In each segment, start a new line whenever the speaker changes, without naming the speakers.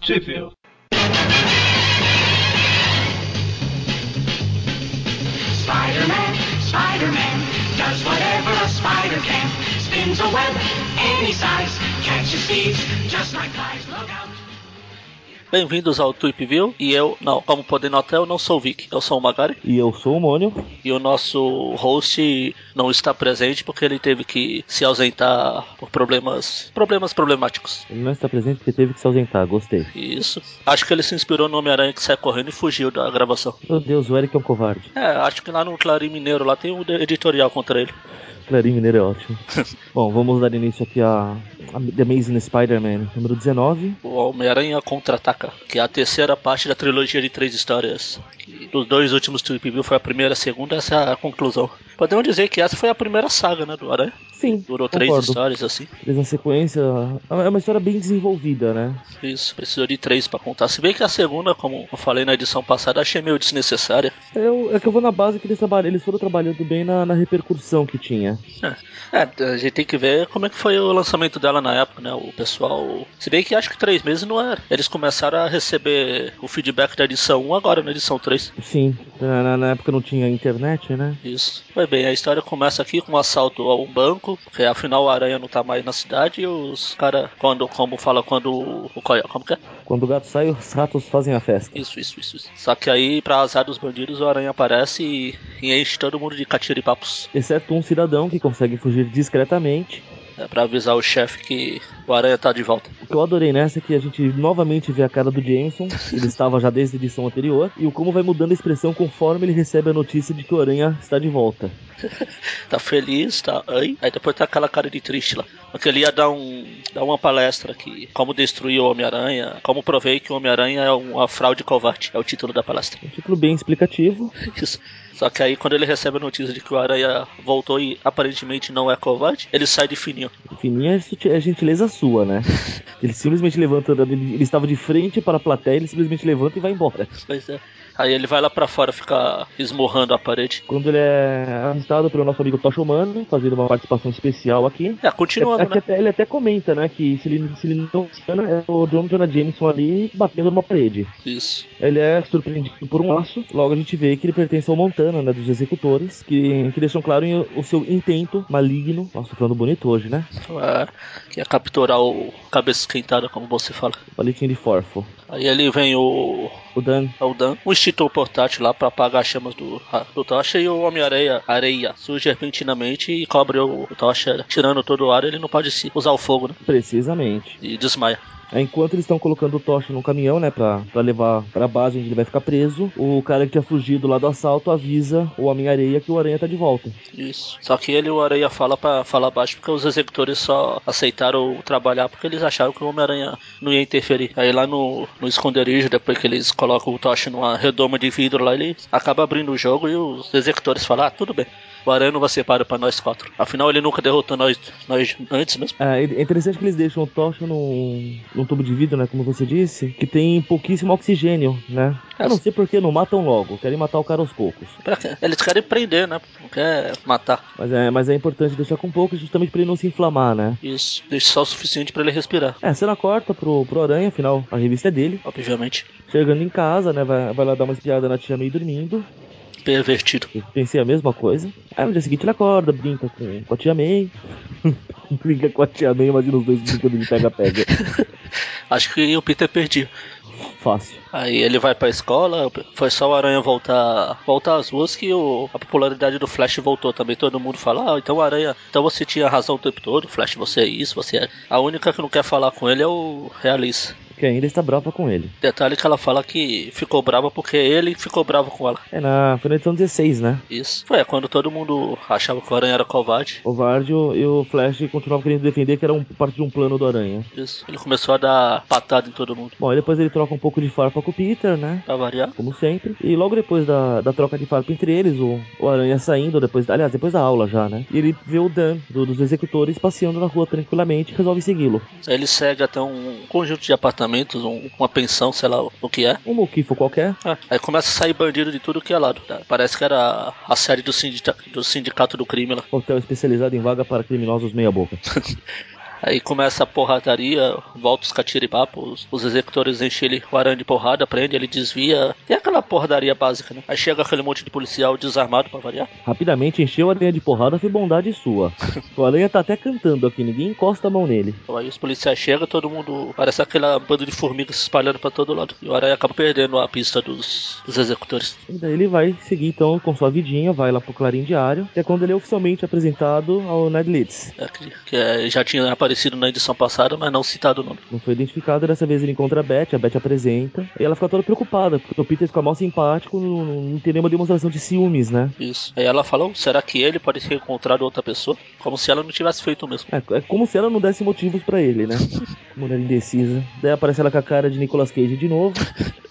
Tipo.
Spider-Man, Spider-Man, does whatever a spider can. Spins a web any size, catches thieves just like flies. Look out!
Bem-vindos ao Tweep View e eu, não, como podem notar, eu não sou o Vic, eu sou o Magari
E eu sou o Mônio.
e o nosso host não está presente porque ele teve que se ausentar por problemas, problemas problemáticos.
Ele não está presente porque teve que se ausentar, gostei.
Isso. Acho que ele se inspirou no Homem-Aranha que sai correndo e fugiu da gravação.
Meu Deus, o Eric é um covarde.
É, acho que lá no Clarim Mineiro lá tem um editorial contra ele.
Clarim Mineiro é ótimo. Bom, vamos dar início aqui a, a The Amazing Spider-Man, número 19.
O Homem-Aranha Contra-Ataca, que é a terceira parte da trilogia de três histórias. E Dos dois últimos Tweep View foi a primeira e a segunda, essa é a conclusão. Podemos dizer que essa foi a primeira saga, né, do Aranha?
Sim,
Durou três
concordo.
histórias, assim.
Três na sequência. É uma história bem desenvolvida, né?
Isso, precisou de três pra contar. Se bem que a segunda, como eu falei na edição passada, achei meio desnecessária.
Eu, é que eu vou na base que eles, trabalham, eles foram trabalhando bem na, na repercussão que tinha.
É, a gente tem que ver como é que foi o lançamento dela na época, né? O pessoal. Se bem que acho que três meses não era. Eles começaram a receber o feedback da edição 1 agora, na edição 3.
Sim, na, na- na época não tinha internet, né?
Isso. Mas bem, a história começa aqui com um assalto a um banco, porque afinal o Aranha não tá mais na cidade e os caras, quando, como fala, quando o. o Coy- Como que é?
Quando o gato sai, os ratos fazem a festa.
Isso, isso, isso, isso. Só que aí, pra azar dos bandidos, o Aranha aparece e, e enche todo mundo de catiripapos.
Exceto um cidadão que consegue fugir discretamente.
É pra avisar o chefe que o Aranha tá de volta.
O que eu adorei nessa é que a gente novamente vê a cara do Jameson, ele estava já desde a edição anterior, e o como vai mudando a expressão conforme ele recebe a notícia de que o Aranha está de volta.
Tá feliz, tá. Aí, aí depois tá aquela cara de triste lá. Porque ele ia dar, um, dar uma palestra aqui. Como destruir o Homem-Aranha. Como provei que o Homem-Aranha é uma fraude covarde. É o título da palestra.
Um título bem explicativo,
Isso. Só que aí quando ele recebe a notícia de que o Aranha voltou e aparentemente não é covarde, ele sai de fininho.
fininha é suti- é gentileza sua, né? Ele simplesmente levanta, ele ele estava de frente para a plateia, ele simplesmente levanta e vai embora.
Pois é. Aí ele vai lá pra fora ficar esmurrando a parede.
Quando ele é avistado pelo nosso amigo Tocha Humano, fazendo uma participação especial aqui.
É, continuando,
Aqui
né?
até- ele até comenta, né, que se ele, se ele não é o John Jonah Jameson ali batendo numa parede.
Isso.
Ele é surpreendido por um laço. Logo a gente vê que ele pertence ao Montana, né? Dos executores, que, que deixam claro em- o seu intento maligno. Nossa, tô falando bonito hoje, né?
É, que é capturar o cabeça esquentada, como você fala.
Palitinho de forfo.
Aí ele vem o
O Dan,
É o Dan, um extintor portátil lá pra apagar as chamas do, a- do Tocha e o Homem-Areia areia, surge repentinamente e cobre o, o Tocha, tirando todo o ar, ele não pode se usar o fogo, né?
precisamente.
E desmaia.
Aí, Enquanto eles estão colocando o Tocha no caminhão, né? Pra, pra levar pra base onde ele vai ficar preso, o cara que tinha fugido lá do assalto avisa o Homem-Areia que o Aranha tá de volta.
Isso. Só que ele e o Areia fala pra falar baixo porque os executores só aceitaram trabalhar porque eles acharam que o Homem-Aranha não ia interferir. Aí lá no, no esconderijo, depois que eles colocam o Tocha numa redoma de vidro lá, ele acaba abrindo o jogo e os executores falam: ah, tudo bem. O Aranha não vai ser páreo pra nós quatro. Afinal, ele nunca derrotou nós, nós antes mesmo.
É é interessante que eles deixam o Tocha num, num tubo de vidro, né? Como você disse, que tem pouquíssimo oxigênio, né? Eu não sei por que não matam logo, querem matar o cara aos poucos.
Pra quê? Eles querem prender, né? Não quer matar.
Mas é, mas é importante deixar com pouco justamente pra ele não se inflamar, né?
Isso deixa só o suficiente pra ele respirar,
É, cena corta pro, pro Aranha, afinal, a revista é dele.
obviamente.
Chegando em casa, né, vai, vai lá dar uma espiada na tia meio dormindo.
Pervertido.
Eu pensei a mesma coisa. Aí no dia seguinte ele acorda, brinca com, com a tia May. brinca com a tia May, imagina os dois brincando de pega-pega.
Acho que o Peter perdido.
Fácil.
Aí ele vai pra escola, foi só o Aranha voltar voltar às ruas que o- a popularidade do Flash voltou também. Todo mundo fala, ah, então o Aranha, então você tinha razão o tempo todo, Flash, você é isso, você é. A única que não quer falar com ele é o Realista.
Que ainda está brava com ele.
Detalhe que ela fala que ficou brava porque ele ficou bravo com ela.
É na, foi na edição 16, né?
Isso. Foi é quando todo mundo achava que o Aranha era covarde.
O Vardio e o Flash continuavam querendo defender que era um, parte de um plano do Aranha.
Isso. Ele começou a dar patada em todo mundo,
Bom, aí depois ele troca um pouco de farpa com o Peter, né?
pra variar.
como sempre. E logo depois da, da troca de farpa entre eles, o, o Aranha saindo, depois, aliás, depois da aula já, né? E ele vê o Dan, do- dos executores, passeando na rua tranquilamente e resolve segui-lo.
Aí ele segue até um conjunto de apartamentos, um- uma pensão, sei lá o que é.
Um moquifo qualquer,
Ah, Aí começa a sair bandido de tudo que é lado. tá? Parece que era a série do, sindita- do Sindicato do Crime lá.
hotel especializado em vaga para criminosos meia-boca.
Aí começa a porradaria, volta os catiripapos, os executores enchem ele, o aranha de porrada, prende, ele desvia. E é aquela porradaria básica, né? Aí chega aquele monte de policial desarmado pra variar.
Rapidamente encheu a aranha de porrada, foi bondade sua. o aranha tá até cantando aqui, ninguém encosta a mão nele.
Então aí os policiais chegam, todo mundo. Parece aquela banda de formigas se espalhando pra todo lado. E o aranha acaba perdendo a pista dos, dos executores.
E daí ele vai seguir então com sua vidinha, vai lá pro Clarim Diário, que é quando ele é oficialmente apresentado ao Ned Leeds.
É, que, que, é, já tinha aparecido na edição passada, mas não citado o nome.
Não foi identificado, dessa vez ele encontra a Beth, a Beth apresenta, e ela fica toda preocupada, porque o Peter fica mal simpático, não, não tem nenhuma demonstração de ciúmes, né?
Isso. Aí ela fala: "Oh, será que ele pode ter encontrado outra pessoa? Como se ela não tivesse feito o mesmo.
É, é como se ela não desse motivos pra ele, né? Mulher indecisa. Daí aparece ela com a cara de Nicolas Cage de novo,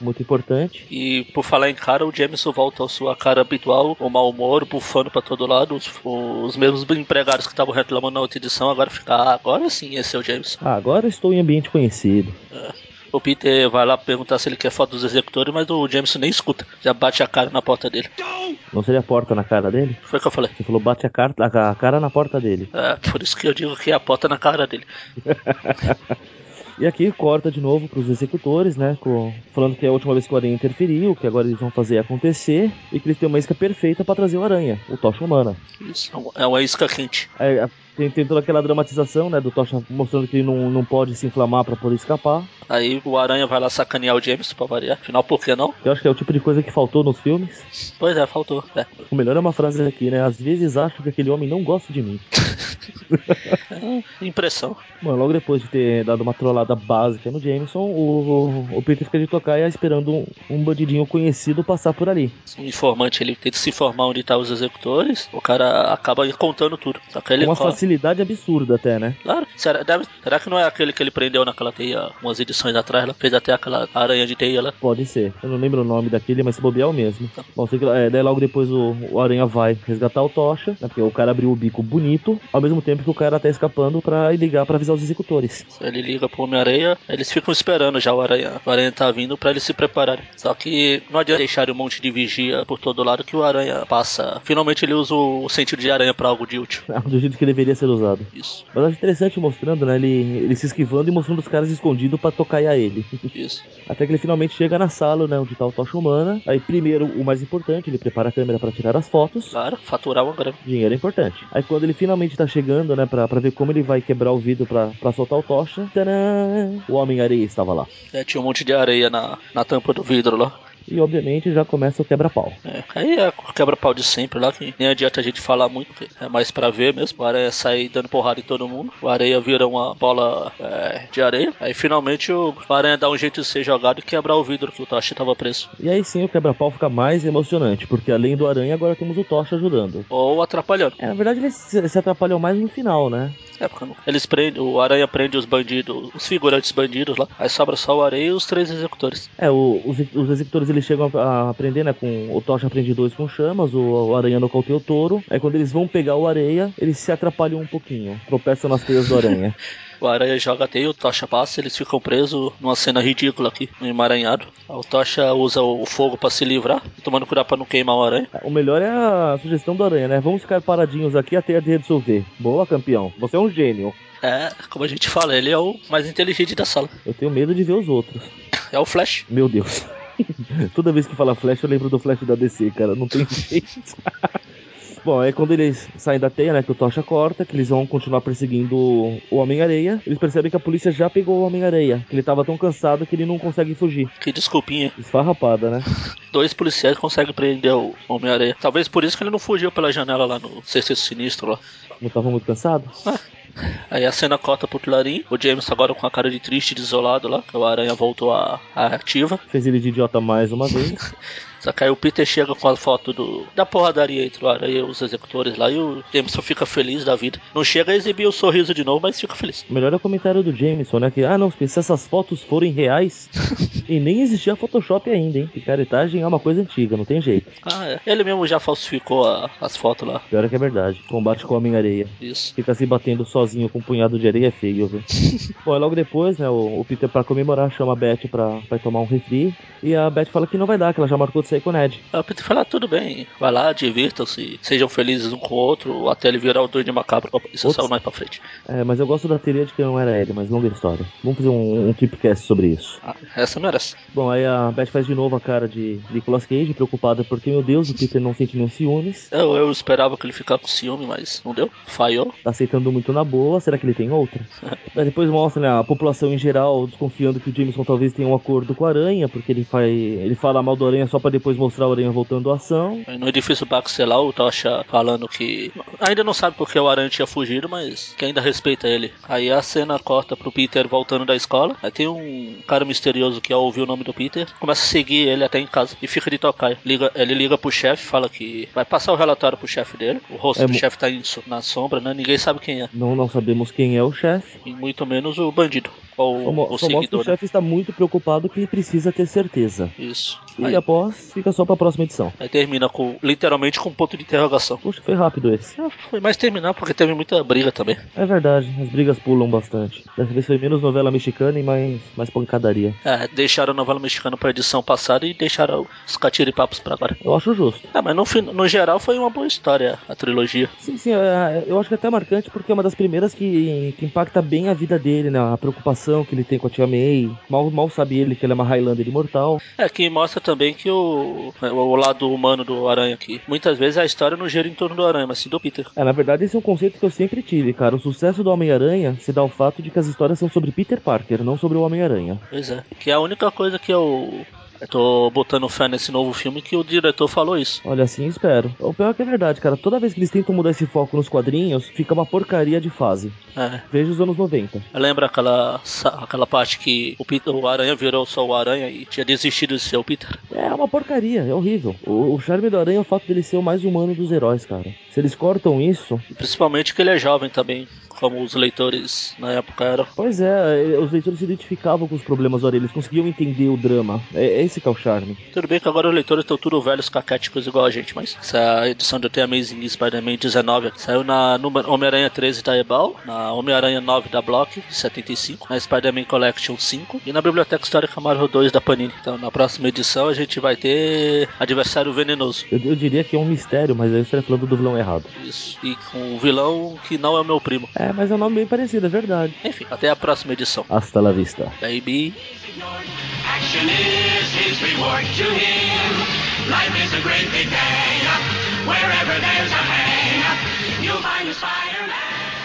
muito importante.
E por falar em cara, o Jameson volta à sua cara habitual, o mau humor, bufando pra todo lado. Os, os mesmos empregados que estavam reclamando na outra edição agora ficam, ah, agora sim esse é o Jameson.
Ah, agora estou em ambiente conhecido.
O Peter vai lá perguntar se ele quer foto dos executores, mas o Jameson nem escuta. Já bate a cara na porta dele.
Não seria a porta na cara dele?
Foi o que eu falei.
Você falou bate a, car- a cara na porta dele.
É, por isso que eu digo que é a porta na cara dele.
E aqui corta de novo pros executores, né? com- falando que é a última vez que o Aranha interferiu, que agora eles vão fazer acontecer e que eles têm uma isca perfeita pra trazer o Aranha, o Tocha Humana.
Isso, é uma isca quente.
Aí, a- É, tem, tem toda aquela dramatização, né? Do Tocha mostrando que ele não, não pode se inflamar pra poder escapar.
Aí o Aranha vai lá sacanear o Jameson pra variar. Afinal, por que não?
Eu acho que é o tipo de coisa que faltou nos filmes.
Pois é, faltou. É.
O melhor é uma frase aqui, né? Às vezes acho que aquele homem não gosta de mim.
É, Impressão.
Mano, logo depois de ter dado uma trollada básica no Jameson, o, o, o Peter fica de tocar e esperando um, um bandidinho conhecido passar por ali.
O informante ele tenta se informar onde tá os executores. O cara acaba contando tudo. Só que ele
Com uma
corre.
facilidade absurda até, né?
Claro. Será, deve- será que não é aquele que ele prendeu naquela teia umas edições atrás? Ela fez até aquela aranha de teia lá.
Pode ser. Eu não lembro o nome daquele, mas se bobear é o mesmo. Bom, sei que, é, daí logo depois o, o Aranha vai resgatar o Tocha, né, porque o cara abriu o bico bonito, ao mesmo tempo que o cara tá escapando pra ligar pra avisar os executores.
Ele liga pro Homem-Aranha, eles ficam esperando já o Aranha. O Aranha tá vindo pra eles se prepararem. Só que não adianta deixar um monte de vigia por todo lado que o Aranha passa. Finalmente ele usa o sentido de aranha pra algo de útil.
né, Do jeito que deveria ser usado.
Isso,
Mas eu acho interessante mostrando, né? Ele, ele se esquivando e mostrando os caras escondidos pra tocar a ele.
isso.
Até que ele finalmente chega na sala, né? Onde tá o Tocha Humana. Aí, primeiro, o mais importante, ele prepara a câmera pra tirar as fotos.
Claro, faturar uma grana.
Dinheiro é importante. Aí quando ele finalmente tá chegando, né, pra, pra ver como ele vai quebrar o vidro pra, pra soltar o tocha, tcharam, o Homem-Areia estava lá.
É, tinha um monte de areia na, na tampa do vidro lá.
E obviamente já começa o quebra-pau.
É, aí é o quebra-pau de sempre lá, que nem adianta a gente falar muito, porque é mais pra ver mesmo. O areia sai dando porrada em todo mundo, o areia vira uma bola é, de areia. Aí finalmente o aranha dá um jeito de ser jogado e quebrar o vidro que o Toshi tava preso.
E aí sim o quebra-pau fica mais emocionante, porque além do Aranha, agora temos o Tocha ajudando.
Ou atrapalhando.
É, na verdade eles se se atrapalham mais no final, né?
É, porque não- eles prendem, o aranha prende os bandidos, os figurantes bandidos lá. Aí sobra só o areia e os três executores.
É, o- os, os executores eles chegam a aprender, né? Com o Tocha aprende dois com chamas, o, o Aranha nocauteia o touro. Aí quando eles vão pegar o Areia, eles se atrapalham um pouquinho, tropeçam nas teias do Aranha.
O aranha joga a teia, o Tocha passa, eles ficam presos numa cena ridícula aqui, no emaranhado. Aí O Tocha usa o fogo pra se livrar, tomando cuidado pra não queimar o aranha.
O melhor é a sugestão do Aranha, né? Vamos ficar paradinhos aqui até a teia dissolver. Boa, campeão. Você é um gênio.
É, como a gente fala, ele é o mais inteligente da sala.
Eu tenho medo de ver os outros.
É o Flash.
Meu Deus. Toda vez que fala Flash, eu lembro do Flash da DC, cara. Não tem jeito. Bom, é quando eles saem da teia, né, que o Tocha corta, que eles vão continuar perseguindo o o Homem-Areia. Eles percebem que a polícia já pegou o Homem-Areia, que ele tava tão cansado que ele não consegue fugir.
Que desculpinha.
Esfarrapada, né?
Dois policiais conseguem prender o Homem-Aranha. Talvez por isso que ele não fugiu pela janela lá no Sexteto Sinistro. Lá.
Não tava muito cansado?
Aí a cena corta pro Clarim. O James agora com a cara de triste, desolado lá. que O Aranha voltou à, à ativa.
Fez ele de idiota mais uma vez.
Só que aí o Peter chega com a foto do, da porradaria entre o Aranha e os executores lá. E o Jameson fica feliz da vida. Não chega a exibir o sorriso de novo, mas fica feliz.
O Melhor é o comentário do Jameson, né? Que, ah, não, se essas fotos forem reais. e nem existia Photoshop ainda, hein? Picaretagem é uma coisa antiga, não tem jeito.
Ah, é. Ele mesmo já falsificou a- as fotos lá.
Pior é que é verdade. Combate com o Homem-Areia.
Isso.
Ficar se batendo sozinho com um punhado de areia é feio, viu? Bom, e logo depois, né, o, o Peter, pra comemorar, chama a Beth pra, pra tomar um refri. E a Beth fala que não vai dar, que ela já marcou de sair com o Ned.
Aí o Peter fala, "Ah, tudo bem, vai lá, divirtam-se, sejam felizes um com o outro, até ele virar o doido macabro. Opa, Isso
Ops.
saiu mais pra frente.
É, mas eu gosto da teoria de que não era ele, mas longa história. Vamos fazer um, um tipcast sobre isso.
Ah, essa merece.
Bom, aí a Beth faz de novo a cara de Nicolas Cage, preocupada porque, meu Deus, o Peter não sente nenhum ciúmes.
Eu, eu esperava que ele ficasse com ciúme, mas não deu. Falhou.
Tá aceitando muito na boa, será que ele tem outra? Mas depois mostra, né, a população em geral desconfiando que o Jameson talvez tenha um acordo com a Aranha, porque ele, faz, ele fala mal do Aranha só pra depois mostrar a Aranha voltando à ação.
Aí No edifício Baxelau, é o Tocha falando que ainda não sabe porque o Aranha tinha fugido, mas que ainda respeita ele. Aí a cena corta pro Peter voltando da escola. Aí tem um cara misterioso que ao ouvir o nome do Peter, começa a seguir ele até em casa e fica de tocar. Liga, ele liga pro chefe, fala que vai passar o relatório pro chefe dele. O rosto
É
do
mu-
chefe tá em so- na sombra, né? Ninguém sabe quem é.
Não, não sabemos quem é o chefe.
E muito menos o bandido. Ou
Só, mo-
o
só mostra que o
seguidor. né?
chefe está muito preocupado que precisa ter certeza.
Isso.
E
Aí,
após, fica só pra próxima edição.
aí termina com literalmente com um ponto de interrogação.
Puxa, foi rápido esse.
Ah, Foi mais terminar porque teve muita briga também.
É verdade, as brigas pulam bastante. Dessa vez foi menos novela mexicana e mais, mais pancadaria.
É, deixaram a novela mexicana pra edição passada e deixaram os catiripapos pra agora.
Eu acho justo.
Ah, mas no, fin- no geral foi uma boa história a trilogia.
Sim, sim, é, eu acho que é até marcante porque é uma das primeiras que, que impacta bem a vida dele, né? A preocupação que ele tem com a tia May. Mal, mal sabe ele que ele é uma Highlander imortal.
É, que mostra também que o, o, o lado humano do Aranha aqui. Muitas vezes a história não gira em torno do Aranha, mas sim do Peter.
É, na verdade, esse é um conceito que eu sempre tive, cara. O sucesso do Homem-Aranha se dá ao fato de que as histórias são sobre Peter Parker, não sobre o Homem-Aranha.
Pois é. Que é a única coisa que eu, eu tô botando fé nesse novo filme que o diretor falou isso.
Olha, assim espero. O pior é que é verdade, cara. Toda vez que eles tentam mudar esse foco nos quadrinhos, fica uma porcaria de fase.
É.
Veja os anos 90.
Lembra aquela, sa- aquela parte que o, Peter, o Aranha virou só o Aranha e tinha desistido de ser o Peter?
É uma porcaria, é horrível. O, o charme do Aranha é o fato dele ser o mais humano dos heróis, cara. Se eles cortam isso.
Principalmente que ele é jovem também, como os leitores na época eram.
Pois é, eh, os leitores se identificavam com os problemas do Aranha, eles conseguiam entender o drama. É, é esse que é o charme.
Tudo bem que agora os leitores estão tudo velhos, caquéticos igual a gente, mas essa edição do The Amazing Spider-Man 19 saiu na número- Homem-Aranha 13 da Ebal, na Homem-Aranha 9 da Block 75, na Spider-Man Collection 5 e na Biblioteca Histórica Marvel 2 da Panini. Então na próxima edição a gente vai ter Adversário Venenoso.
Eu, eu diria que é um mistério, mas aí eu estaria falando do vilão errado.
Isso. E com o vilão que não é o meu primo.
É, mas é um nome bem parecido, é verdade.
Enfim, até a próxima edição.
Hasta la vista.
Baby.
Action is his reward to him. Life is a great big day. Wherever there's a hang up, you'll find a Spider-Man.